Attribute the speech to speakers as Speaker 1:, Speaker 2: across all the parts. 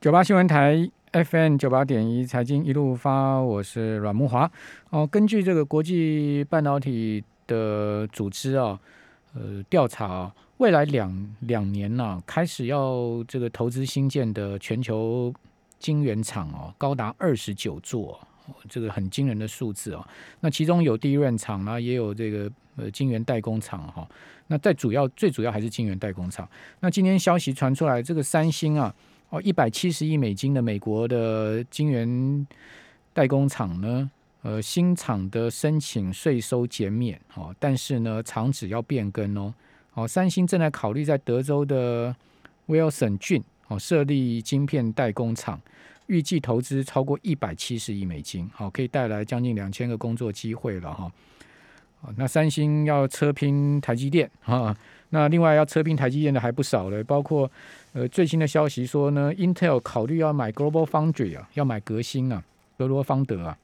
Speaker 1: 九八新闻台 FM 九八点一财经一路发，我是阮木华。哦，根据这个国际半导体的组织啊，呃，调查啊，未来两两年呢、开始要这个投资新建的全球晶圆厂哦，高达二十九座哦、这个很惊人的数字哦。那其中有第一润厂啦，也有这个呃晶圆代工厂哈、那在主要最主要还是晶圆代工厂。那今天消息传出来，这个三星啊，哦，一百七十亿美金的美国的晶圆代工厂呢，呃，新厂的申请税收减免哦，但是呢，厂址要变更哦。哦，三星正在考虑在德州的 Wilson 郡哦设立晶片代工厂，预计投资超过一百七十亿美金，好、可以带来将近两千个工作机会了哈。哦那三星要车拼台积电啊，那另外要车拼台积电的还不少了，包括呃最新的消息说呢，Intel 考虑要买 Global Foundry 啊，要买革新啊，格罗方德啊，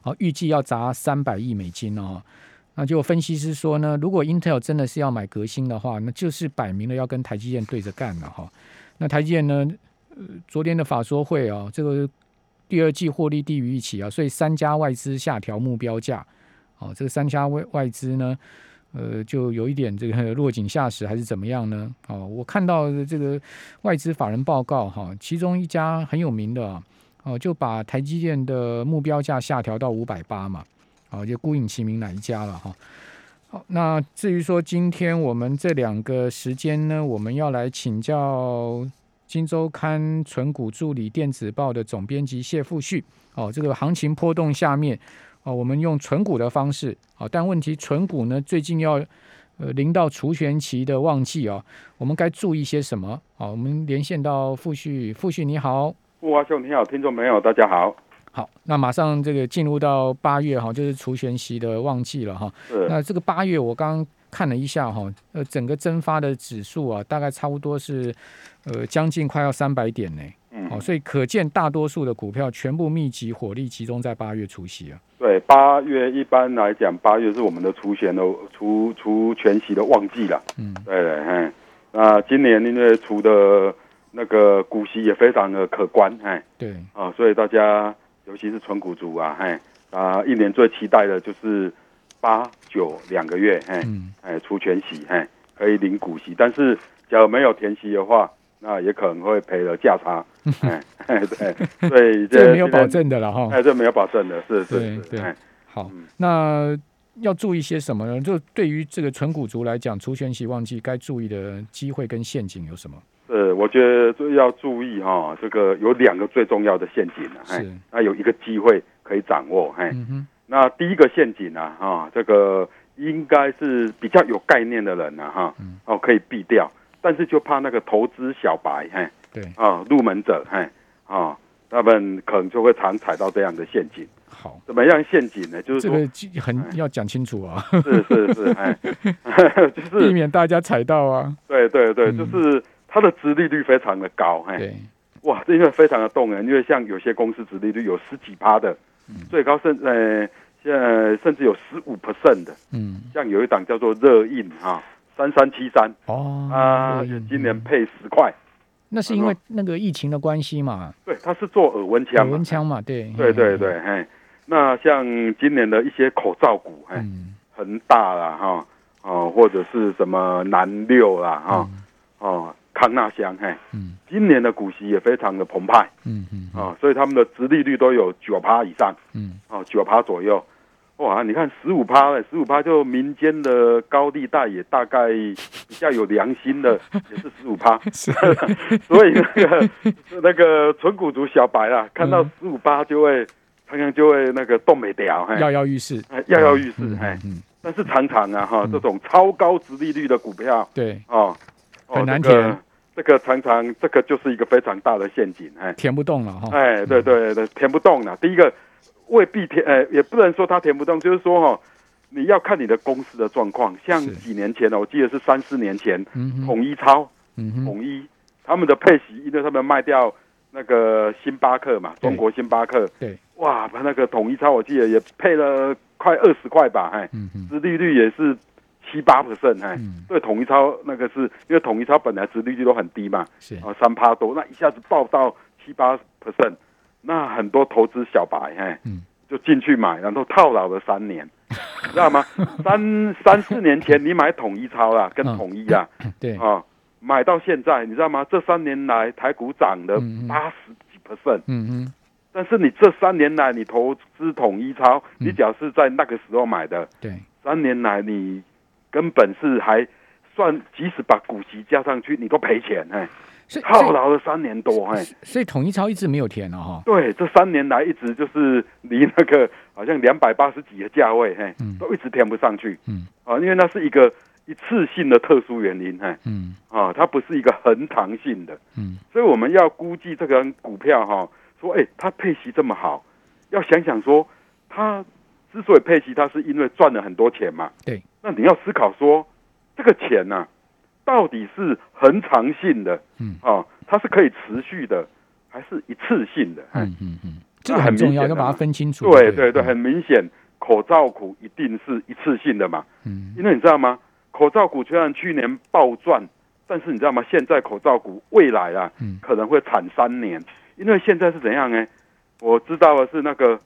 Speaker 1: 好、预计要砸三百亿美金哦。那就分析师说呢，如果 Intel 真的是要买革新的话，那就是摆明了要跟台积电对着干了哈、那台积电呢，呃，昨天的法说会啊、这个第二季获利低于预期啊，所以三家外资下调目标价。哦，这个三家外外资呢，呃，就有一点这个 落井下石，还是怎么样呢？哦，我看到的这个外资法人报告哈、其中一家很有名的啊哦，就把台积电的目标价下调到五百八嘛，哦，就孤影其名哪一家了哈。好，那至于说今天我们这两个时间呢，我们要来请教《金周刊》存股助理电子报的总编辑谢富旭。哦，这个行情波动下面，哦，我们用存股的方式，哦，但问题存股呢，最近要呃临到除权期的旺季哦，我们该注意些什么？哦，我们连线到富旭，富旭你好，
Speaker 2: 富华兄，你好，听众朋友，大家好。
Speaker 1: 好，那马上这个进入到八月哈、就是除权息的旺季了哈、
Speaker 2: 是
Speaker 1: 那这个八月我刚刚看了一下哈、呃，整个蒸发的指数啊，大概差不多是呃将近快要三百点呢。
Speaker 2: 嗯
Speaker 1: 哦，所以可见大多数的股票全部密集火力集中在八月除夕啊。
Speaker 2: 对，八月一般来讲，八月是我们的除权的除除全息的旺季啦。
Speaker 1: 嗯，
Speaker 2: 对的，嘿，那今年因为除的那个股息也非常的可观，嘿，
Speaker 1: 对，
Speaker 2: 啊，所以大家尤其是纯股族啊，嘿，啊，一年最期待的就是八九两个月，嘿，
Speaker 1: 嗯，
Speaker 2: 哎，除全息，嘿，可以领股息，但是假如没有填息的话，那也可能会赔了价 差，哎，嘿对，所以
Speaker 1: 这个没有保
Speaker 2: 证。
Speaker 1: 证的了哈。
Speaker 2: 哎，这没有保证的，是是
Speaker 1: 对
Speaker 2: 是，
Speaker 1: 对
Speaker 2: 哎
Speaker 1: 好
Speaker 2: 嗯，
Speaker 1: 那要注意些什么呢？就对于这个纯股族来讲，除权息旺季该注意的机会跟陷阱有什么？
Speaker 2: 是，我觉得最要注意哈、这个有两个最重要的陷阱啊，哎，
Speaker 1: 是，
Speaker 2: 那有一个机会可以掌握，哎，
Speaker 1: 嗯哼，
Speaker 2: 那第一个陷阱啊，哈、这个应该是比较有概念的人啊，哈、
Speaker 1: 嗯
Speaker 2: 哦，可以避掉，但是就怕那个投资小白，嘿，
Speaker 1: 对，
Speaker 2: 啊、入门者，嘿，啊、他们可能就会常踩到这样的陷阱。
Speaker 1: 好，
Speaker 2: 怎么样陷阱呢？就是
Speaker 1: 这
Speaker 2: 说，
Speaker 1: 个记很要讲清楚啊，
Speaker 2: 是是是， 哎， 就是
Speaker 1: 避免大家踩到啊。
Speaker 2: 对对对，
Speaker 1: 嗯
Speaker 2: 就是它的殖利率非常的高，哎嘿，
Speaker 1: 对，
Speaker 2: 哇，这因为非常的动人，因为像有些公司殖利率有十几趴的，
Speaker 1: 嗯
Speaker 2: 最高甚呃现在甚至有十五 percent 的，
Speaker 1: 嗯，
Speaker 2: 像有一档叫做热映哈三三七三
Speaker 1: 哦，嗯
Speaker 2: 啊，
Speaker 1: 对
Speaker 2: 今年配十块，
Speaker 1: 那是因为那个疫情的关系嘛，
Speaker 2: 对，它是做耳温
Speaker 1: 耳
Speaker 2: 枪嘛啊
Speaker 1: 温，枪嘛，对，嗯
Speaker 2: 对对对，嘿，那像今年的一些口罩股，嘿，
Speaker 1: 嗯，
Speaker 2: 恒大啦哈，哦，或者是什么南六啦哈，
Speaker 1: 嗯，
Speaker 2: 哦，康纳香，嘿，
Speaker 1: 嗯
Speaker 2: 今年的股息也非常的澎湃。
Speaker 1: 嗯嗯嗯
Speaker 2: 啊、所以他们的殖利率都有九趴以上，
Speaker 1: 嗯，
Speaker 2: 啊、九趴左右。哇，你看十五趴了，十五趴就民间的高利贷也大概比较有良 心的，也是十五趴。
Speaker 1: 是，
Speaker 2: 所以那个那个纯股族小白
Speaker 1: 嗯
Speaker 2: 啊，看到十五趴就会常常就会那个动没掉，嘿，
Speaker 1: 跃跃欲试，
Speaker 2: 哎跃跃欲试，
Speaker 1: 嗯
Speaker 2: 嘿。
Speaker 1: 嗯，嗯
Speaker 2: 但是常常啊，哈，
Speaker 1: 嗯
Speaker 2: 这种超高殖利率的股票，
Speaker 1: 对，
Speaker 2: 哦，哦
Speaker 1: 很难
Speaker 2: 这个
Speaker 1: 填
Speaker 2: 这个常常这个就是一个非常大的陷阱，哎。
Speaker 1: 填不动了哈，
Speaker 2: 哎，对对对，填不动啊了。第一个未必填，呃，也不能说它填不动，就是说哈、哦，你要看你的公司的状况。像
Speaker 1: 是
Speaker 2: 几年前呢，我记得是三四年前，
Speaker 1: 嗯哼，
Speaker 2: 统一超、
Speaker 1: 嗯哼，
Speaker 2: 统一他们的配息，因为他们卖掉那个星巴克嘛，
Speaker 1: 对
Speaker 2: 中国星巴克，
Speaker 1: 对，
Speaker 2: 哇，把那个统一超我记得也配了快二十块吧，哎，
Speaker 1: 嗯哼，
Speaker 2: 殖利率也是七七八 percent，哎，
Speaker 1: 嗯，
Speaker 2: 对统一超那个是因为统一超本来殖利率都很低嘛，
Speaker 1: 是
Speaker 2: 啊三趴多，那一下子爆到七八 percent，那很多投资小白哎，
Speaker 1: 嗯
Speaker 2: 就进去买，然后套牢了三年，你知 道吗？三三四年前你买统一超啦，跟
Speaker 1: 嗯
Speaker 2: 统一啊，
Speaker 1: 对，
Speaker 2: 啊，买到现在你知道吗？这三年来台股涨了
Speaker 1: 嗯嗯
Speaker 2: 八十几 percent，
Speaker 1: 嗯嗯，
Speaker 2: 但是你这三年来你投资统一超，你
Speaker 1: 嗯
Speaker 2: 只要是在那个时候买的，
Speaker 1: 对，
Speaker 2: 三年来你根本是还算，即使把股息加上去，你都赔钱，哎，
Speaker 1: 所以
Speaker 2: 套
Speaker 1: 所
Speaker 2: 牢了三年多，哎
Speaker 1: 以，所以统一超一直没有填了哈，
Speaker 2: 对，这三年来一直就是离那个好像两百八十几的价位，嘿
Speaker 1: 嗯，
Speaker 2: 都一直填不上去，
Speaker 1: 嗯
Speaker 2: 啊，因为那是一个一次性的特殊原因，嘿，
Speaker 1: 嗯
Speaker 2: 啊，它不是一个恒常性的，
Speaker 1: 嗯，
Speaker 2: 所以我们要估计这个股票哈、说哎，它配息这么好，要想想说它之所以配息，它是因为赚了很多钱嘛，
Speaker 1: 对，
Speaker 2: 那你要思考说这个钱呐、到底是恒常性的，
Speaker 1: 嗯，
Speaker 2: 啊，它是可以持续的，还是一次性的？哎
Speaker 1: 嗯嗯嗯，这个
Speaker 2: 那很
Speaker 1: 很重要，
Speaker 2: 明显
Speaker 1: 要把它
Speaker 2: 的嘛
Speaker 1: 分清楚。
Speaker 2: 对对
Speaker 1: 嗯
Speaker 2: 对，，很明显，口罩股一定是一次性的嘛，
Speaker 1: 嗯
Speaker 2: 因为你知道吗？口罩股虽然去年暴赚，但是你知道吗？现在口罩股未来啊
Speaker 1: 嗯，
Speaker 2: 可能会惨三年，因为现在是怎样呢？我知道的是那个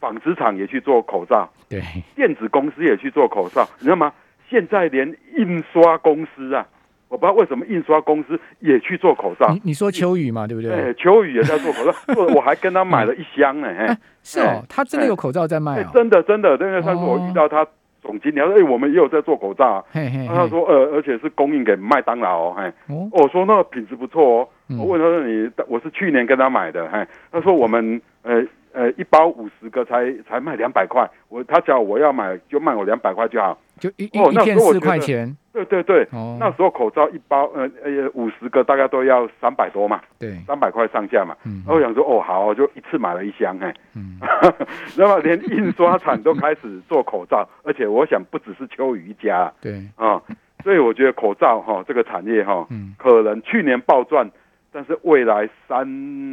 Speaker 2: 纺织厂也去做口罩，
Speaker 1: 对，
Speaker 2: 电子公司也去做口罩，你知道吗？现在连印刷公司啊，我不知道为什么印刷公司也去做口罩
Speaker 1: 你。你说秋雨嘛，对不对？
Speaker 2: 啊哎，秋雨也在做口罩， 我我还跟他买了一箱呢、哎、
Speaker 1: 啊是哦
Speaker 2: 哎，
Speaker 1: 他真的有口罩在卖
Speaker 2: 哎，
Speaker 1: 哦。
Speaker 2: 真的真的，那个上次我遇到他总经理，他说：“哎、我们也有在做口罩、啊。
Speaker 1: 嘿嘿，嘿
Speaker 2: 他说：“呃，而且是供应给麦当劳、哦。哎，
Speaker 1: 哦，
Speaker 2: 我说：“那品质不错哦。
Speaker 1: 嗯
Speaker 2: 我问他说：“你我是去年跟他买的。”哎，他说：“我们呃呃一包五十个才才卖两百块，我他叫我要买就卖我两百块就好。
Speaker 1: 就一
Speaker 2: 哦
Speaker 1: 一一
Speaker 2: 那
Speaker 1: 片
Speaker 2: 时候我
Speaker 1: 四
Speaker 2: 觉
Speaker 1: 块
Speaker 2: 得
Speaker 1: 钱”
Speaker 2: 对对对，
Speaker 1: 哦，
Speaker 2: 那时候口罩一包呃呃五十个大概都要三百多嘛，
Speaker 1: 对，
Speaker 2: 三百块上下嘛。
Speaker 1: 嗯
Speaker 2: 然后我想说哦好，我就一次买了一箱哎，
Speaker 1: 嗯，
Speaker 2: 那么连印刷厂都开始做口罩， 而且我想不只是秋雨一家啊
Speaker 1: 对，
Speaker 2: 啊，所以我觉得口罩哈、这个产业哈、
Speaker 1: 嗯
Speaker 2: 可能去年暴赚，但是未来三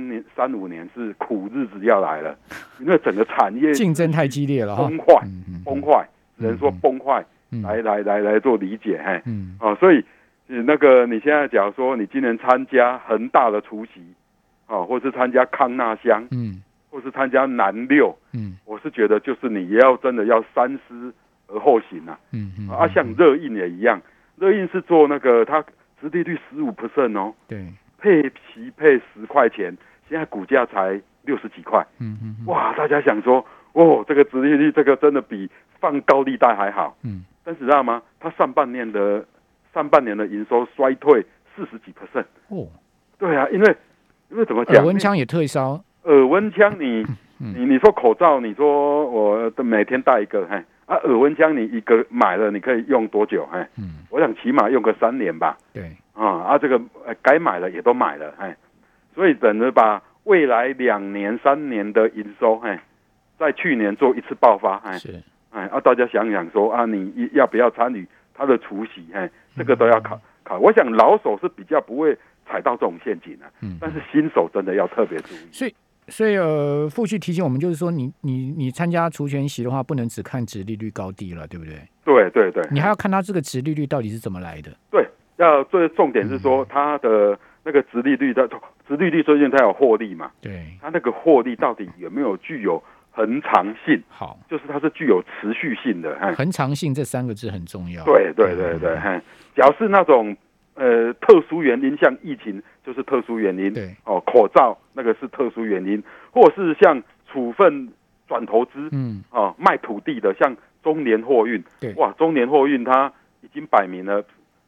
Speaker 2: 年三五年是苦日子要来了，因为整个产业
Speaker 1: 竞争太激烈了哈。
Speaker 2: 崩坏
Speaker 1: 嗯嗯
Speaker 2: 崩坏，只能说崩坏
Speaker 1: 嗯
Speaker 2: 来来来来做理解嘿
Speaker 1: 嗯
Speaker 2: 哦，所以呃那个你现在假如说你今年参加恒大的除夕，哦，或是参加康纳乡，
Speaker 1: 嗯
Speaker 2: 或是参加南六，
Speaker 1: 嗯
Speaker 2: 我是觉得就是你也要真的要三思而后行啊。
Speaker 1: 嗯嗯
Speaker 2: 啊，像热映也一样，热映是做那个它殖利率十五 percent 哦，
Speaker 1: 对，
Speaker 2: 配息配十块钱，现在股价才六十几块，
Speaker 1: 嗯嗯
Speaker 2: 哇！大家想说，哦，这个殖利率这个真的比放高利贷还好，
Speaker 1: 嗯
Speaker 2: 但是知道吗？它上半年的上半年的营收衰退四十几 percent，
Speaker 1: 哦，
Speaker 2: 对啊，因为因为怎么
Speaker 1: 耳
Speaker 2: 讲，
Speaker 1: 温枪也退烧，
Speaker 2: 耳温枪你
Speaker 1: 嗯
Speaker 2: 你你说口罩，你说我每天戴一个，嘿，啊，耳温枪你一个买了，你可以用多久？嘿，
Speaker 1: 嗯
Speaker 2: 我想起码用个三年吧，
Speaker 1: 对，
Speaker 2: 啊啊，这个呃该买的也都买了，嘿，所以等着把未来两年、三年的营收，嘿，在去年做一次爆发，嘿，
Speaker 1: 是
Speaker 2: 哎啊，大家想想说啊，你一要不要参与他的除夕？哎，这个都要
Speaker 1: 嗯
Speaker 2: 考考。我想老手是比较不会踩到这种陷阱的、
Speaker 1: 嗯。
Speaker 2: 但是新手真的要特别注意。
Speaker 1: 所以呃，傅旭提醒我们，就是说你你你参加除权息的话，不能只看值利率高低了，对不对？
Speaker 2: 对对对，
Speaker 1: 你还要看它这个值利率到底是怎么来的。
Speaker 2: 要最重点是
Speaker 1: 嗯
Speaker 2: 说它的那个殖利率的殖利率，最近它有获利嘛？
Speaker 1: 对，
Speaker 2: 它那个获利到底有没有具有恒常性？
Speaker 1: 好，
Speaker 2: 就是它是具有持续性的。哎，
Speaker 1: 恒常性这三个字很重要。
Speaker 2: 对对对对，哎，只要是那种呃特殊原因，像疫情就是特殊原因。
Speaker 1: 对，
Speaker 2: 哦，口罩那个是特殊原因，或是像处分转投资
Speaker 1: 嗯，
Speaker 2: 哦，卖土地的，像中联货运，
Speaker 1: 对
Speaker 2: 哇，中联货运它已经摆明了，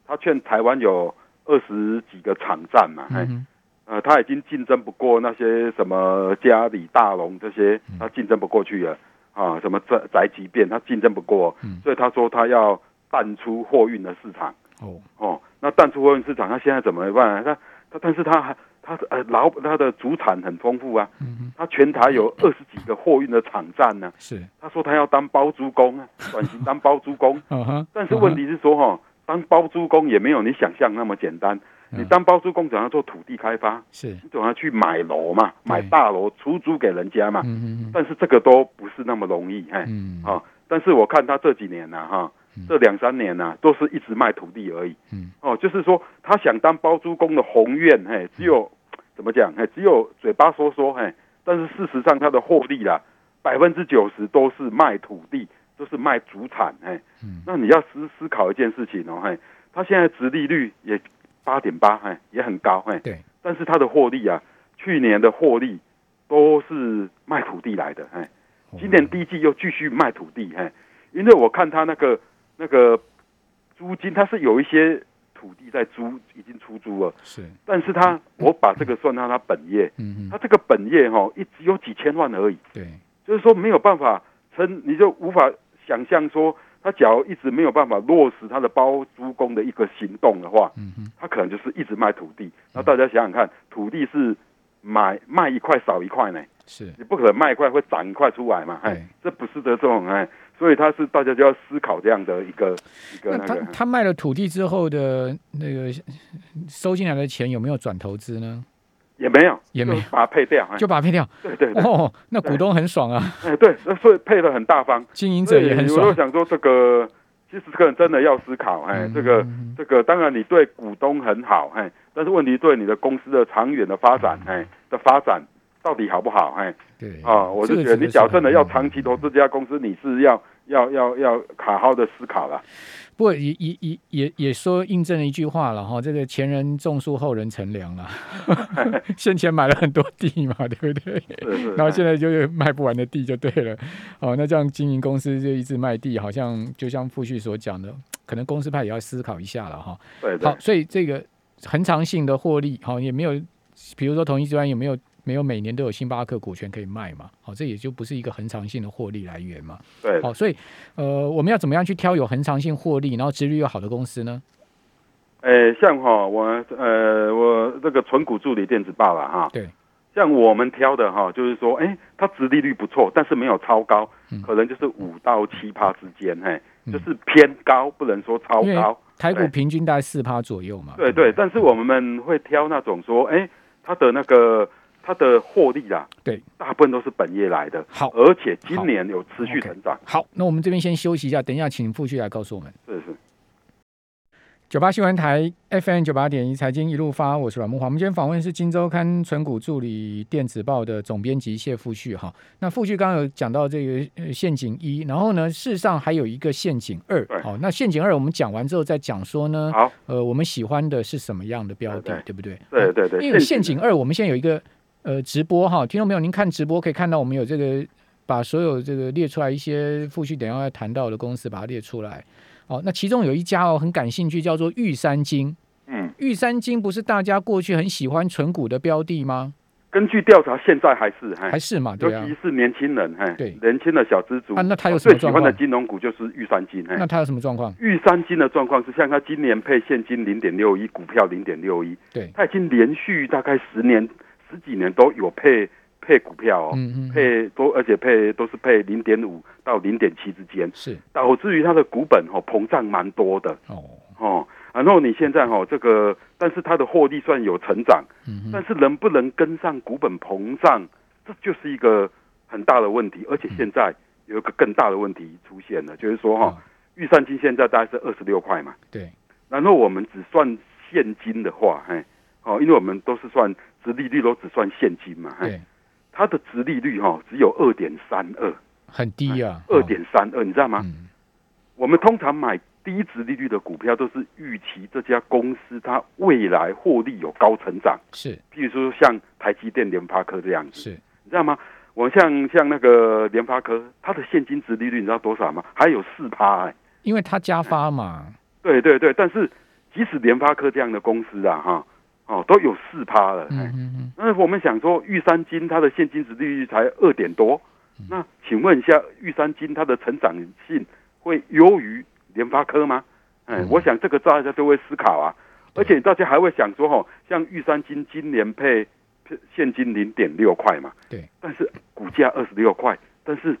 Speaker 2: 它劝台湾有二十几个厂站嘛，哎
Speaker 1: 嗯，哼
Speaker 2: 呃，它已经竞争不过那些什么嘉里大龙这些，
Speaker 1: 嗯
Speaker 2: 它竞争不过去了啊，什么宅宅急便，它竞争不过
Speaker 1: 嗯，
Speaker 2: 所以他说他要淡出货运的市场。
Speaker 1: 哦，
Speaker 2: 哦，那淡出货运市场，它现在怎么办、啊？它它，但是它还它的呃老它的主产很丰富啊，
Speaker 1: 嗯哼，
Speaker 2: 它全台有
Speaker 1: 嗯
Speaker 2: 二十几个货运的场站呢、
Speaker 1: 是，
Speaker 2: 他说他要当包租公啊，转型当包租 公，
Speaker 1: 嗯哼，
Speaker 2: 但是问题是说哈、哦，当包租公也没有你想象那么简单。
Speaker 1: 嗯
Speaker 2: 你当包租公总要做土地开发，
Speaker 1: 是，
Speaker 2: 你总要去买楼嘛，买
Speaker 1: 对
Speaker 2: 大楼出租给人家嘛。
Speaker 1: 嗯哼
Speaker 2: 但是这个都不是那么容易，哎，
Speaker 1: 嗯，
Speaker 2: 啊，但是我看他这几年呢、哈、这两三年呐、都是一直卖土地而已。
Speaker 1: 嗯，
Speaker 2: 哦，就是说他想当包租公的宏愿，嘿，只有怎么讲，嘿，只有嘴巴说说，嘿，但是事实上他的获利啦，百分之九十都是卖土地，都是卖主产，嘿，
Speaker 1: 嗯
Speaker 2: 那你要思思考一件事情哦，嘿，他现在殖利率也八点八，嘿，也很高，嘿，
Speaker 1: 对，
Speaker 2: 但是他的获利啊，去年的获利都是卖土地来的，嘿，哎今年第一季又继续卖土地，嘿，因为我看他那个那个租金，他是有一些土地在租，已经出租了，
Speaker 1: 是，
Speaker 2: 但是他我把这个算到他本业，
Speaker 1: 嗯
Speaker 2: 他
Speaker 1: 嗯，
Speaker 2: 这个本业哈、哦，一只有几千万而已，
Speaker 1: 对，
Speaker 2: 就是说没有办法撑，你就无法想象说，他假如一直没有办法落实他的包租公的一个行动的话，
Speaker 1: 嗯哼，嗯
Speaker 2: 他可能就是一直卖土地。那大家想想看，土地是买卖一块少一块呢，
Speaker 1: 是，
Speaker 2: 你不可能卖一块会长一块出来嘛，哎
Speaker 1: 对，
Speaker 2: 这不是的这种哎，所以他是大家就要思考这样的一个一个
Speaker 1: 那
Speaker 2: 那
Speaker 1: 他
Speaker 2: 个。
Speaker 1: 他卖了土地之后的那个收进来的钱有没有转投资
Speaker 2: 哎
Speaker 1: 呢？
Speaker 2: 也没有，
Speaker 1: 也没有
Speaker 2: 就把它配掉，哎
Speaker 1: 就把它配掉，
Speaker 2: 对对对，
Speaker 1: 哦，那股东很爽啊，
Speaker 2: 哎对，所以配的很大方，
Speaker 1: 经营
Speaker 2: 所
Speaker 1: 者
Speaker 2: 以
Speaker 1: 也很
Speaker 2: 我就
Speaker 1: 爽。
Speaker 2: 想说，这个其实个人真的要思考，哎，这个
Speaker 1: 嗯
Speaker 2: 这个当然你对股东很好，嘿，但是问题对你的公司的长远的发展，嘿的发展到底好不好，嘿
Speaker 1: 对
Speaker 2: 啊，我
Speaker 1: 这个
Speaker 2: 就觉得
Speaker 1: 真的
Speaker 2: 你
Speaker 1: 是
Speaker 2: 假如真的要
Speaker 1: 很
Speaker 2: 长期投资这家公司，你是要要要要好好的 思考了。
Speaker 1: 不过也也也也也说印证了一句话了哈，这个前人种树，后人乘凉 了。先前买了很多地嘛，对不对？
Speaker 2: 是啊是，
Speaker 1: 然后现
Speaker 2: 在
Speaker 1: 在就是卖不完的地就对了。哦，那这样经营公司就一直卖地，好像就像傅旭所讲的，可能公司派也要思考一下了哈。
Speaker 2: 对对
Speaker 1: 好，所以这个恒常性的获利，好、也没有，比如说同一集团也没有没有每年都有星巴克股权可以卖嘛，好、这也就不是一个恒常性的获利来源嘛。
Speaker 2: 对，
Speaker 1: 好、所以呃，我们要怎么样去挑有恒常性获利，然后殖率又好的公司呢？
Speaker 2: 诶，像哈，我呃，我这个纯股助理电子报了哈，
Speaker 1: 对，
Speaker 2: 像我们挑的哈，就是说，诶，它殖利率不错，但是没有超高
Speaker 1: 嗯，
Speaker 2: 可能就是五到七趴之间，嘿，
Speaker 1: 嗯
Speaker 2: 就是偏高，不能说超
Speaker 1: 因为
Speaker 2: 高，
Speaker 1: 台股
Speaker 2: 对
Speaker 1: 平均大概四趴左右嘛。
Speaker 2: 对
Speaker 1: 不
Speaker 2: 对，但是我们会挑那种说，诶，它的那个它的获利啦，
Speaker 1: 对，
Speaker 2: 大部分都是本业来的，
Speaker 1: 好
Speaker 2: 而且今年有持续
Speaker 1: OK
Speaker 2: 成长，
Speaker 1: 好，那我们这边先休息一下，等一下请傅旭来告诉我们。
Speaker 2: 是是。
Speaker 1: 九八新闻台 FM 九八点一财经一路发，我是阮木华。我们今天访问是《金周刊》存股助理电子报的总编辑谢富旭哈。那富旭刚刚有讲到这个呃陷阱一，然后呢，事实上还有一个陷阱二
Speaker 2: 对。
Speaker 1: 好，那陷阱二我们讲完之后再讲说呢，
Speaker 2: 好，
Speaker 1: 呃，我们喜欢的是什么样的标的，
Speaker 2: 对
Speaker 1: 对不对？
Speaker 2: 对对对，
Speaker 1: 嗯因为陷阱二，我们现在有一个呃直播哈，听众朋友，您看直播可以看到我们有这个呃把所有这个列出来一些复续等一下要谈到的公司，把它列出来。哦，那其中有一家哦很感兴趣，叫做玉山金。
Speaker 2: 嗯，
Speaker 1: 玉山金不是大家过去很喜欢纯股的标的吗？
Speaker 2: 根据调查，现在还是嘿
Speaker 1: 还是嘛，
Speaker 2: 哎尤
Speaker 1: 对啊
Speaker 2: 其。是年轻人，嘿，
Speaker 1: 对
Speaker 2: 年轻的小资族，
Speaker 1: 啊，那它有
Speaker 2: 我
Speaker 1: 什么
Speaker 2: 最喜
Speaker 1: 状
Speaker 2: 欢的
Speaker 1: 况？
Speaker 2: 金融股就是玉山金，嘿
Speaker 1: 那，它有什么状况？
Speaker 2: 玉山金的状况是像它今年配现金零点六一，股票零点六一，
Speaker 1: 对
Speaker 2: 它已经连续大概十年十几年都有配配股票哦，
Speaker 1: 嗯嗯，
Speaker 2: 配都而且配都是配零点五到零点七之间，
Speaker 1: 是
Speaker 2: 导致于它的股本哦膨胀蛮多的
Speaker 1: 哦，
Speaker 2: 哦，然后你现在哦这个，但是它的获利算有成长。
Speaker 1: 嗯哼，
Speaker 2: 但是能不能跟上股本膨胀，这就是一个很大的问题。而且现在有一个更大的问题出现了，就是说哈、
Speaker 1: 嗯
Speaker 2: 预算金现在大概是二十六块嘛，
Speaker 1: 对，
Speaker 2: 然后我们只算现金的话，嘿，哦，因为我们都是算殖利率都只算现金嘛，嘿，
Speaker 1: 对，
Speaker 2: 它的殖利率哈、只有二点三二，
Speaker 1: 很低啊，
Speaker 2: 哎二点三二，你知道
Speaker 1: 哦
Speaker 2: 吗？
Speaker 1: 嗯，
Speaker 2: 我们通常买低值利率的股票，都是预期这家公司它未来获利有高成长，
Speaker 1: 是
Speaker 2: 譬如说像台积电、联发科这样子。
Speaker 1: 是，
Speaker 2: 你知道吗？我像像那个联发科，它的现金值利率你知道多少吗？还有四趴哎。
Speaker 1: 因为它加发嘛，
Speaker 2: 对对对，但是即使联发科这样的公司啊，哈哦都有四趴了。
Speaker 1: 嗯
Speaker 2: 哎
Speaker 1: 嗯嗯，
Speaker 2: 那我们想说，玉山金它的现金值利率才二点多，
Speaker 1: 嗯
Speaker 2: 那请问一下，玉山金它的成长性会优于联发科吗？哎、
Speaker 1: 嗯
Speaker 2: 我想这个大家都会思考啊，而且大家还会想说，哦，像玉山金今年配配现金零点六块嘛，
Speaker 1: 对，
Speaker 2: 但是股价二十六块，但是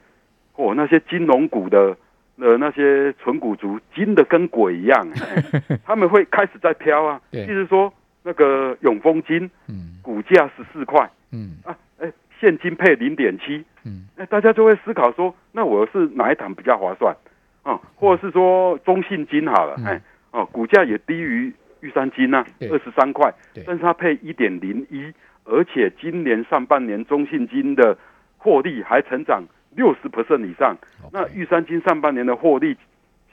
Speaker 2: 哦，那些金融股的。呃，那些纯股族金的跟鬼一样、 哎他们会开始在挑啊，
Speaker 1: 对
Speaker 2: 譬如说那个永丰金
Speaker 1: 嗯
Speaker 2: 股价十四块，
Speaker 1: 嗯
Speaker 2: 啊，哎，现金配零点七，
Speaker 1: 嗯，
Speaker 2: 哎，大家就会思考说，那我是哪一档比较划算？哦，或者是说中信金好了，
Speaker 1: 嗯
Speaker 2: 哎，哦，股价也低于玉山金呐、
Speaker 1: 对
Speaker 2: 二十三块
Speaker 1: 对，
Speaker 2: 但是它配一点零一，而且今年上半年中信金的获利还成长六十 percent 以上，那
Speaker 1: OK，
Speaker 2: 玉山金上半年的获利，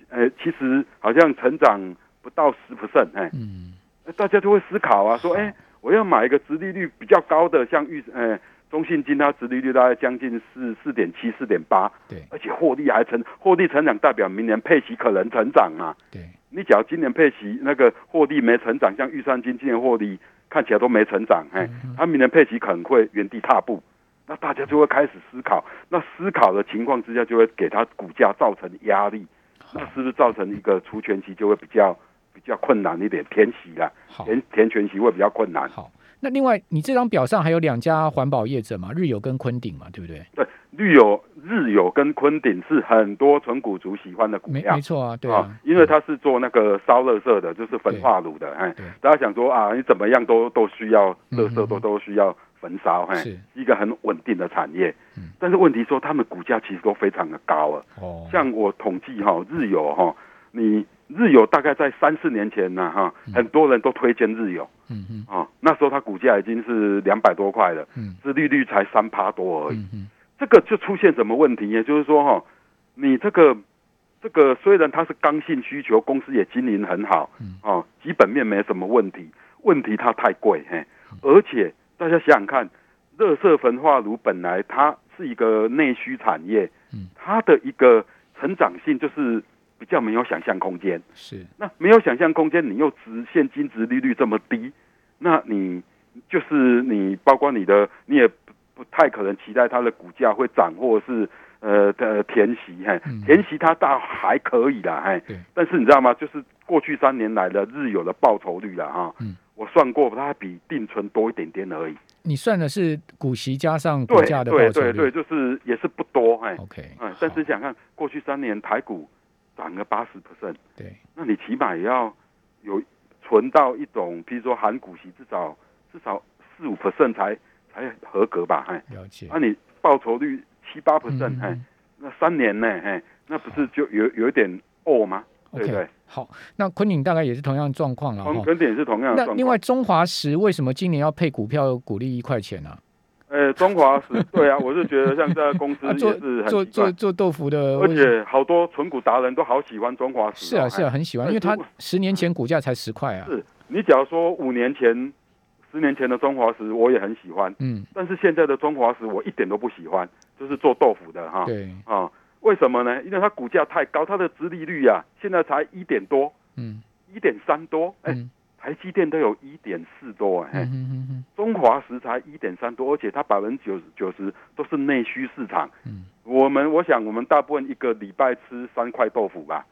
Speaker 2: 呃，其实好像成长不到十 percent，哎，
Speaker 1: 嗯，
Speaker 2: 那大家就会思考啊，说，哎、我要买一个殖利率比较高的，像玉呃中信金，它殖利率大概将近四四点七、四点八，
Speaker 1: 对
Speaker 2: 而且获利还成获利成长，代表明年配息可能成长啊。
Speaker 1: 对，
Speaker 2: 你假如今年配息那个获利没成长，像玉山金今年获利看起来都没成长，哎、它明年配息可能会原地踏步。那大家就会开始思考，那思考的情况之下，就会给它股价造成压力，那
Speaker 1: 好，
Speaker 2: 是不是造成一个除权息就会比较比较困难一点，填息啦？
Speaker 1: 好，
Speaker 2: 填填全席会比较困难。
Speaker 1: 好。那另外，你这张表上还有两家环保业者嘛，日友跟昆鼎嘛，对不对？
Speaker 2: 对，绿友、日友跟昆鼎是很多纯股族喜欢的股
Speaker 1: 没
Speaker 2: 票
Speaker 1: 没。错啊，对
Speaker 2: 啊
Speaker 1: 啊，，
Speaker 2: 因为它是做那个烧垃圾的，就是焚化炉的，哎
Speaker 1: 对，
Speaker 2: 大家想说啊，你怎么样都都需要垃
Speaker 1: 嗯
Speaker 2: 圾
Speaker 1: 嗯嗯
Speaker 2: 都都需要焚烧，哎，
Speaker 1: 是
Speaker 2: 一个很稳定的产业
Speaker 1: 嗯。
Speaker 2: 但是问题说，他们股价其实都非常的高啊，
Speaker 1: 哦，
Speaker 2: 像我统计哈、日友哈、你日友大概在三四年前呢、哈、很多人都推荐日友
Speaker 1: 嗯嗯
Speaker 2: 啊、那时候它股价已经是两百多块了，
Speaker 1: 嗯
Speaker 2: 殖利率才三趴多而已。
Speaker 1: 嗯嗯，
Speaker 2: 这个就出现什么问题呢？就是说哈、你这个这个虽然它是刚性需求，公司也经营很好
Speaker 1: 嗯，
Speaker 2: 哦，基本面没什么问题，问题它太贵，嘿，而且大家想想看，热色焚化炉本来它是一个内需产业
Speaker 1: 嗯，
Speaker 2: 它的一个成长性就是比较没有想象空间。
Speaker 1: 是
Speaker 2: 那没有想象空间，你又值现金值利率这么低，那你就是你包括你的，你也不不太可能期待它的股价会涨，或者是呃的填息，嘿
Speaker 1: 嗯，
Speaker 2: 填息它倒还可以啦，嘿
Speaker 1: 对，
Speaker 2: 但是你知道吗？就是过去三年来的日有的报酬率啦，哈
Speaker 1: 嗯，
Speaker 2: 我算过，它比定存多一点点而已，
Speaker 1: 你算的是股息加上股
Speaker 2: 对
Speaker 1: 价的
Speaker 2: 对
Speaker 1: 报酬
Speaker 2: 对
Speaker 1: 率哦
Speaker 2: 对，就是也是不多，嘿，
Speaker 1: o k
Speaker 2: 嗯，但是想看过去三年台股涨了八十 percent。
Speaker 1: 对
Speaker 2: 那你起码也要有存到一种，譬如说含股息至少至少四五 percent 才才合格吧？哎，
Speaker 1: 了解
Speaker 2: 那、，你报酬率七八 percent，
Speaker 1: 嗯
Speaker 2: 哎，那三年呢？哎，那不是就有有一点哦吗？对不
Speaker 1: OK，
Speaker 2: 对？
Speaker 1: 好，那昆鼎大概也是同样状况了
Speaker 2: 同
Speaker 1: 哈。
Speaker 2: 跟点是同样的
Speaker 1: 那
Speaker 2: 状
Speaker 1: 另
Speaker 2: 况
Speaker 1: 外，。中华石为什么今年要配股票股利一块钱呢、啊？
Speaker 2: 呃，中华 是，对啊，我是觉得像这家公司
Speaker 1: 啊，做
Speaker 2: 也
Speaker 1: 做
Speaker 2: 是很奇
Speaker 1: 做
Speaker 2: 怪，
Speaker 1: 做豆腐的，
Speaker 2: 而且好多纯股达人都好喜欢中华
Speaker 1: 是
Speaker 2: 石哦。
Speaker 1: 啊是啊，很喜欢，因为它
Speaker 2: 那如果
Speaker 1: 十年前股价才十块啊
Speaker 2: 哎，。是你假如说五年前、十年前的中华石，我也很喜欢。
Speaker 1: 嗯，
Speaker 2: 但是现在的中华石我一点都不喜欢，就是做豆腐的哈。
Speaker 1: 对，
Speaker 2: 啊，为什么呢？因为它股价太高，它的殖利率啊，现在才一点多，
Speaker 1: 嗯
Speaker 2: 一点三多，哎、
Speaker 1: 嗯
Speaker 2: 台积电都有一点四多，哎、
Speaker 1: 嗯哼哼哼，
Speaker 2: 中华石才一点三多，而且它百分之九十九十都是内需市场。
Speaker 1: 嗯，
Speaker 2: 我们我想我们大部分一个礼拜吃三块豆腐吧。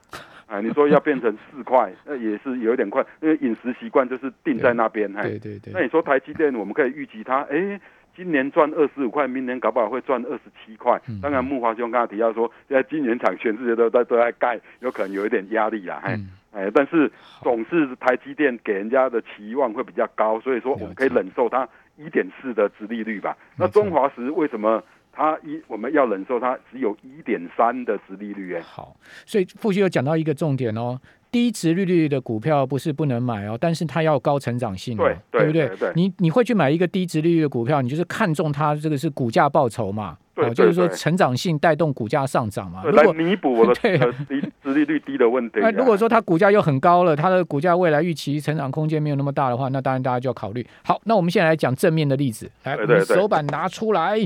Speaker 2: 啊，你说要变成四块，那也是有一点快，因为饮食习惯就是定在那边，哎，
Speaker 1: 对对对
Speaker 2: 那，你说台积电，我们可以预计它，哎，今年赚二十五块，明年搞不好会赚二十七块
Speaker 1: 嗯。
Speaker 2: 当然，木华兄刚才提到说，现在晶圆厂全世界都在都在盖，有可能有一点压力啦，哎、
Speaker 1: 嗯，
Speaker 2: 哎，但是
Speaker 1: 好
Speaker 2: 总是台积电给人家的期望会比较高，所以说我们可以忍受它一点四的殖利率吧。
Speaker 1: 没错
Speaker 2: 那中华石为什么它一我们要忍受它只有一点三的殖利率？哎，
Speaker 1: 好，所以复习又讲到一个重点哦，低值利率的股票不是不能买哦，但是它要有高成长性、哦，
Speaker 2: 对
Speaker 1: 不
Speaker 2: 对
Speaker 1: 对？
Speaker 2: 对对
Speaker 1: 你你会去买一个低值利率的股票，你就是看中它这个是股价报酬嘛，
Speaker 2: 对
Speaker 1: 哦，
Speaker 2: 对
Speaker 1: 就是说
Speaker 2: 对
Speaker 1: 成长性带动股价上涨嘛。
Speaker 2: 对
Speaker 1: 如
Speaker 2: 来
Speaker 1: 果
Speaker 2: 弥补我的
Speaker 1: 对啊
Speaker 2: 呃低殖利率低的问题啊、
Speaker 1: 那如果说它股价又很高了，它的股价未来预期成长空间没有那么大的话，那当然大家就要考虑。好，那我们现在来讲正面的例子，来，
Speaker 2: 对
Speaker 1: 我们
Speaker 2: 对对
Speaker 1: 手板拿出来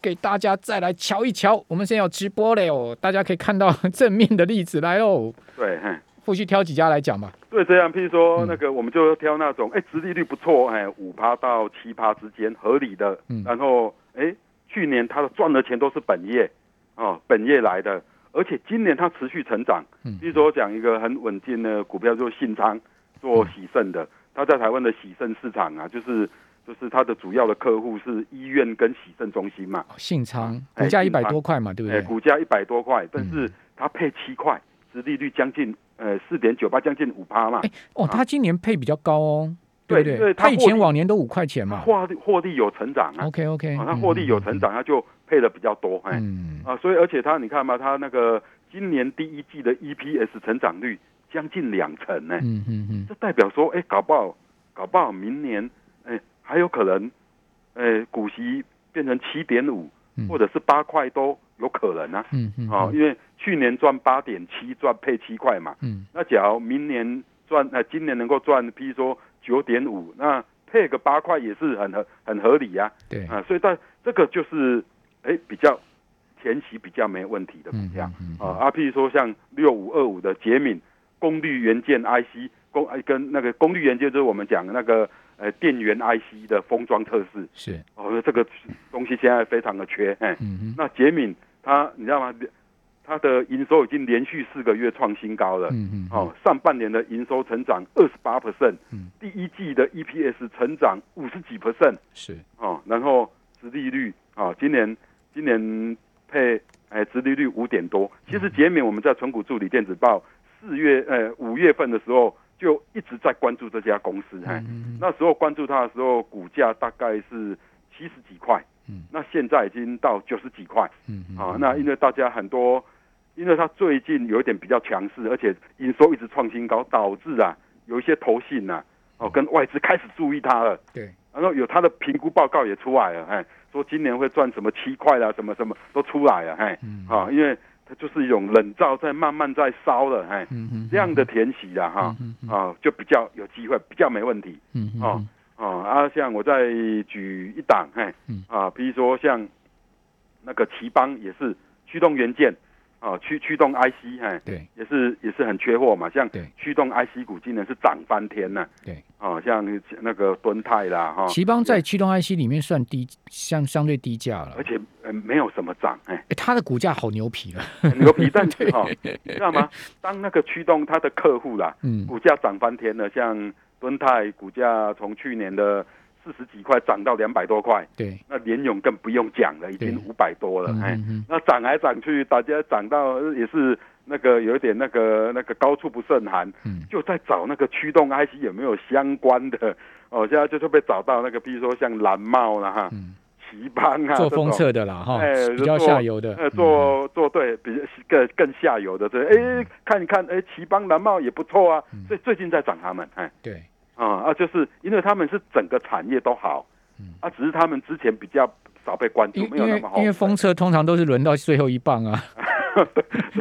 Speaker 1: 给大家再来瞧一瞧。我们现在要直播了哦，大家可以看到 正面的例子来喽。
Speaker 2: 对，哎
Speaker 1: 复续挑几家来讲吧。
Speaker 2: 对，这样，譬如说
Speaker 1: 嗯
Speaker 2: 那个，我们就挑那种，哎、殖利率不错，哎，五趴到七趴之间，合理的。
Speaker 1: 嗯
Speaker 2: 然后，哎，去年他赚的钱都是本业，哦，本业来的，而且今年它持续成长。
Speaker 1: 嗯
Speaker 2: 譬如说，讲一个很稳定的股票，就是信昌做喜盛的，它在台湾的喜盛市场啊，就是就是它的主要的客户是医院跟喜盛中心嘛，
Speaker 1: 哦信昌
Speaker 2: 哎
Speaker 1: 股价一
Speaker 2: 信
Speaker 1: 百
Speaker 2: 昌
Speaker 1: 多块嘛，对嗯不
Speaker 2: 哎，
Speaker 1: 对？
Speaker 2: 股价一百多块，但是它配七块，殖利率将近呃四点九八，将近五趴嘛。
Speaker 1: 哎哦，它今年配比较高哦，
Speaker 2: 对
Speaker 1: 不对？
Speaker 2: 对
Speaker 1: 它
Speaker 2: 它
Speaker 1: 以
Speaker 2: 获利
Speaker 1: 前往年都五块钱嘛。
Speaker 2: 获利获利有成长啊。
Speaker 1: OK 啊 OK，嗯
Speaker 2: 啊，它获利有成，长，它就配的比较多，哎、
Speaker 1: 嗯，嗯
Speaker 2: 啊，所以而且它你看嘛，它那个今年第一季的 EPS 成长率将近两成呢、
Speaker 1: 嗯嗯嗯，
Speaker 2: 这代表说，哎，搞不好，搞不好明年，哎，还有可能，哎，股息变成七点五
Speaker 1: 嗯，
Speaker 2: 或者是八块都有可能啊。
Speaker 1: 嗯嗯，
Speaker 2: 哦，因为去年赚八点七，赚配七块嘛。
Speaker 1: 嗯
Speaker 2: 那假如明年赚，呃，今年能够赚，譬如说九点五，那配个八块也是很合很合理呀、
Speaker 1: 对，
Speaker 2: 啊。所以但这个就是，哎，比较前期比较没问题的股
Speaker 1: 嗯
Speaker 2: 票。
Speaker 1: 嗯
Speaker 2: 啊，啊，譬如说像六五二五的杰敏功率元件 IC，功呃跟那个功率元件就是我们讲的那个呃电源 IC 的封装测试，
Speaker 1: 是，
Speaker 2: 哦，那这个东西现在非常的缺，哎，
Speaker 1: 嗯
Speaker 2: 那杰敏它你知道吗？它的营收已经连续四个月创新高了。
Speaker 1: 嗯嗯，
Speaker 2: 哦，上半年的营收成长二十八 percent，
Speaker 1: 嗯
Speaker 2: 第一季的 EPS 成长五十几 percent，
Speaker 1: 是，
Speaker 2: 哦，然后殖利率啊、哦，今年今年配哎殖利率五点多。其
Speaker 1: 嗯
Speaker 2: 实杰敏我们在存股助理电子报四月呃五月份的时候就一直在关注这家公司，哎，
Speaker 1: 嗯
Speaker 2: 那时候关注它的时候股价大概是七十几块，
Speaker 1: 嗯，
Speaker 2: 那现在已经到九十几块
Speaker 1: 嗯
Speaker 2: 啊、那因为大家很多。因为它最近有一点比较强势，而且营收一直创新高，导致啊有一些投信呐、
Speaker 1: 嗯
Speaker 2: 哦跟外资开始注意它了，
Speaker 1: 对，
Speaker 2: 然后有他的评估报告也出来了，哎，说今年会赚什么七块啦，什么什么都出来了，哎，
Speaker 1: 嗯
Speaker 2: 啊，因为它就是一种冷灶在慢慢在烧了，哎，
Speaker 1: 嗯嗯，
Speaker 2: 这样的填息的哈，啊，就比较有机会，比较没问题
Speaker 1: 嗯
Speaker 2: 啊，啊啊，像我再举一档，哎
Speaker 1: 嗯，
Speaker 2: 啊，比如说像那个奇邦也是驱动元件啊，驱驱动 IC，哎，
Speaker 1: 对，
Speaker 2: 也是也是很缺货嘛，像
Speaker 1: 对
Speaker 2: 驱动 IC 股今年是涨翻天呐、
Speaker 1: 对，
Speaker 2: 啊，像那个敦泰啦，哈、
Speaker 1: 奇邦在驱动 IC 里面算低，相相对低价了
Speaker 2: 而，且呃没有什么涨， 哎、
Speaker 1: 哎它的股价好牛皮了，啊
Speaker 2: 很牛皮，但是哈、哦，你知道吗？当那个驱动它的客户啦，
Speaker 1: 嗯
Speaker 2: 股价涨翻天了，像敦泰股价从去年的四十几块涨到两百多块，
Speaker 1: 对，
Speaker 2: 那联勇更不用讲了，已经五百多了，
Speaker 1: 嗯
Speaker 2: 哎、
Speaker 1: 嗯
Speaker 2: 那涨来涨去，大家涨到呃也是那个有一点那个那个高处不胜寒，
Speaker 1: 嗯
Speaker 2: 就在找那个驱动 IC 有没有相关的 哦，现在就是被找到那个，比如说像蓝帽啦哈、
Speaker 1: 嗯，
Speaker 2: 奇邦啊，
Speaker 1: 做
Speaker 2: 这种
Speaker 1: 封测的啦哈
Speaker 2: 哎，
Speaker 1: 比较下游的，嗯
Speaker 2: 呃，做做对比更更下游的这，哎，看一看，哎，奇邦蓝帽也不错啊
Speaker 1: 嗯，
Speaker 2: 所以最近在涨他们，哎，
Speaker 1: 对，
Speaker 2: 啊、啊，就是因为他们是整个产业都好
Speaker 1: 嗯，
Speaker 2: 啊，只是他们之前比较少被关注
Speaker 1: 因，因
Speaker 2: 没有那
Speaker 1: 为
Speaker 2: 么好。
Speaker 1: 因为封测通常都是轮到最后一棒啊，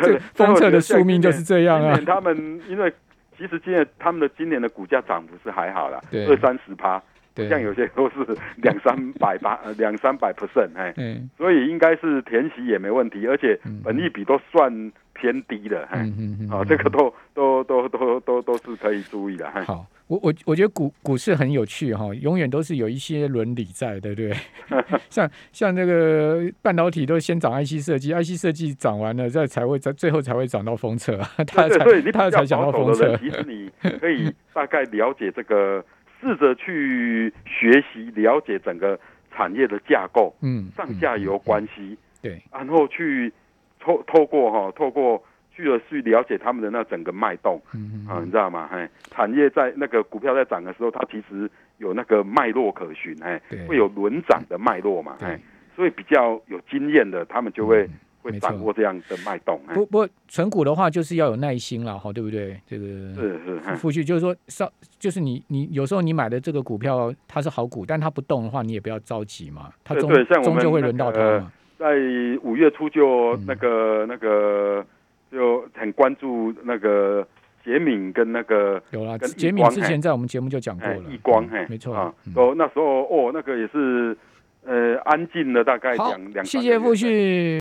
Speaker 2: 对
Speaker 1: 这封测的宿命就是这样
Speaker 2: 今
Speaker 1: 啊
Speaker 2: 年，他们因为其实今年他们的今年的股价涨幅是还好啦，
Speaker 1: 对
Speaker 2: 二三十趴，
Speaker 1: 对，
Speaker 2: 像有些都是两三百八，呃两三百 percent，哎，
Speaker 1: 嗯
Speaker 2: 所以应该是填息也没问题，而且
Speaker 1: 嗯
Speaker 2: 本益比都算偏低的，哎。
Speaker 1: 嗯嗯，
Speaker 2: 啊，这个都都都都都都是可以注意的。嘿
Speaker 1: 好，我我我觉得股股市很有趣哈、永远都是有一些伦理在，对不 对？像像那个半导体都先涨 IC 设计，IC 设计涨完了，再才会在最后才会涨到封测， 它才
Speaker 2: 对对，所以你比
Speaker 1: 它才
Speaker 2: 较
Speaker 1: 讲到
Speaker 2: 保
Speaker 1: 封
Speaker 2: 守的
Speaker 1: 测
Speaker 2: 人，，其实你可以大概了解这个，试着去学习了解整个产业的架构、
Speaker 1: 嗯，
Speaker 2: 上下游关系，
Speaker 1: 对，
Speaker 2: 然后去透透过哈、透过去了去了解他们的那整个脉动
Speaker 1: 嗯
Speaker 2: 啊，你
Speaker 1: 嗯
Speaker 2: 知道吗？嘿，产业在那个股票在涨的时候，它其实有那个脉络可循，哎，
Speaker 1: 对，
Speaker 2: 会有轮涨的脉络嘛，
Speaker 1: 对，，
Speaker 2: 哎
Speaker 1: 嗯
Speaker 2: 所以比较有经验的，他们就会。
Speaker 1: 没
Speaker 2: 会
Speaker 1: 错
Speaker 2: 掌握这样的脉动。哎
Speaker 1: 不不过存股的话就是要有耐心了哈，对不对？这个
Speaker 2: 是
Speaker 1: 复
Speaker 2: 是，嗯
Speaker 1: 复去就是说上就是你你有时候你买的这个股票它是好股，但它不动的话，你也不要着急嘛，它
Speaker 2: 对
Speaker 1: 终
Speaker 2: 对像我
Speaker 1: 终
Speaker 2: 们
Speaker 1: 究会
Speaker 2: 那
Speaker 1: 轮到它
Speaker 2: 个
Speaker 1: 嘛，
Speaker 2: 在五月初就
Speaker 1: 嗯
Speaker 2: 那个、那个就很关注那个杰敏跟那个
Speaker 1: 有啦，
Speaker 2: 跟
Speaker 1: 杰
Speaker 2: 易
Speaker 1: 敏
Speaker 2: 光
Speaker 1: 之
Speaker 2: 嘿
Speaker 1: 前在我们节目就讲过
Speaker 2: 哎
Speaker 1: 了，
Speaker 2: 易光，
Speaker 1: 嗯
Speaker 2: 嘿，
Speaker 1: 没错
Speaker 2: 啊，
Speaker 1: 嗯
Speaker 2: 都哦那时候哦，那个也是呃安静了大概
Speaker 1: 好
Speaker 2: 两两，，
Speaker 1: 谢谢
Speaker 2: 复
Speaker 1: 傅旭。